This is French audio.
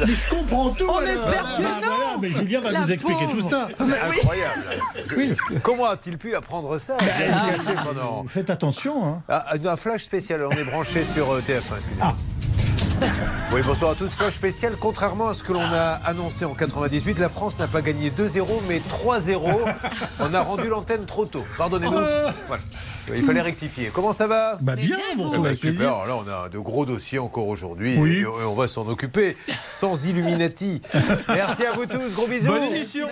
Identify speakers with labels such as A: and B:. A: Mais je comprends tout.
B: On
A: alors.
B: espère
A: Voilà,
B: que
A: voilà,
B: non.
A: voilà, Mais Julien va
B: La
A: nous expliquer
B: pauvre. Ah.
A: tout ça.
B: Mais oui.
C: Comment a-t-il pu apprendre
A: Bah,
C: ça Il a
A: ah.
C: été caché pendant.
A: Faites attention. hein.
C: Ah, un flash spécial, on est branché sur euh, TF1,
A: Ah.
C: excusez-moi. Oui, bonsoir à tous. Flash spécial, contrairement à ce que l'on a annoncé en 98, la France n'a pas gagné 2-0, mais 3-0. On a rendu l'antenne trop tôt. Pardonnez-nous. Voilà. Il fallait rectifier. Comment ça va
A: Oh. Bah bien, vous
C: Eh ben,
A: retrouvez avec
C: super,
A: plaisir.
C: là on a de gros dossiers encore aujourd'hui
A: Oui.
C: et on va s'en occuper sans Illuminati. Merci à vous tous, gros bisous.
A: Bonne émission.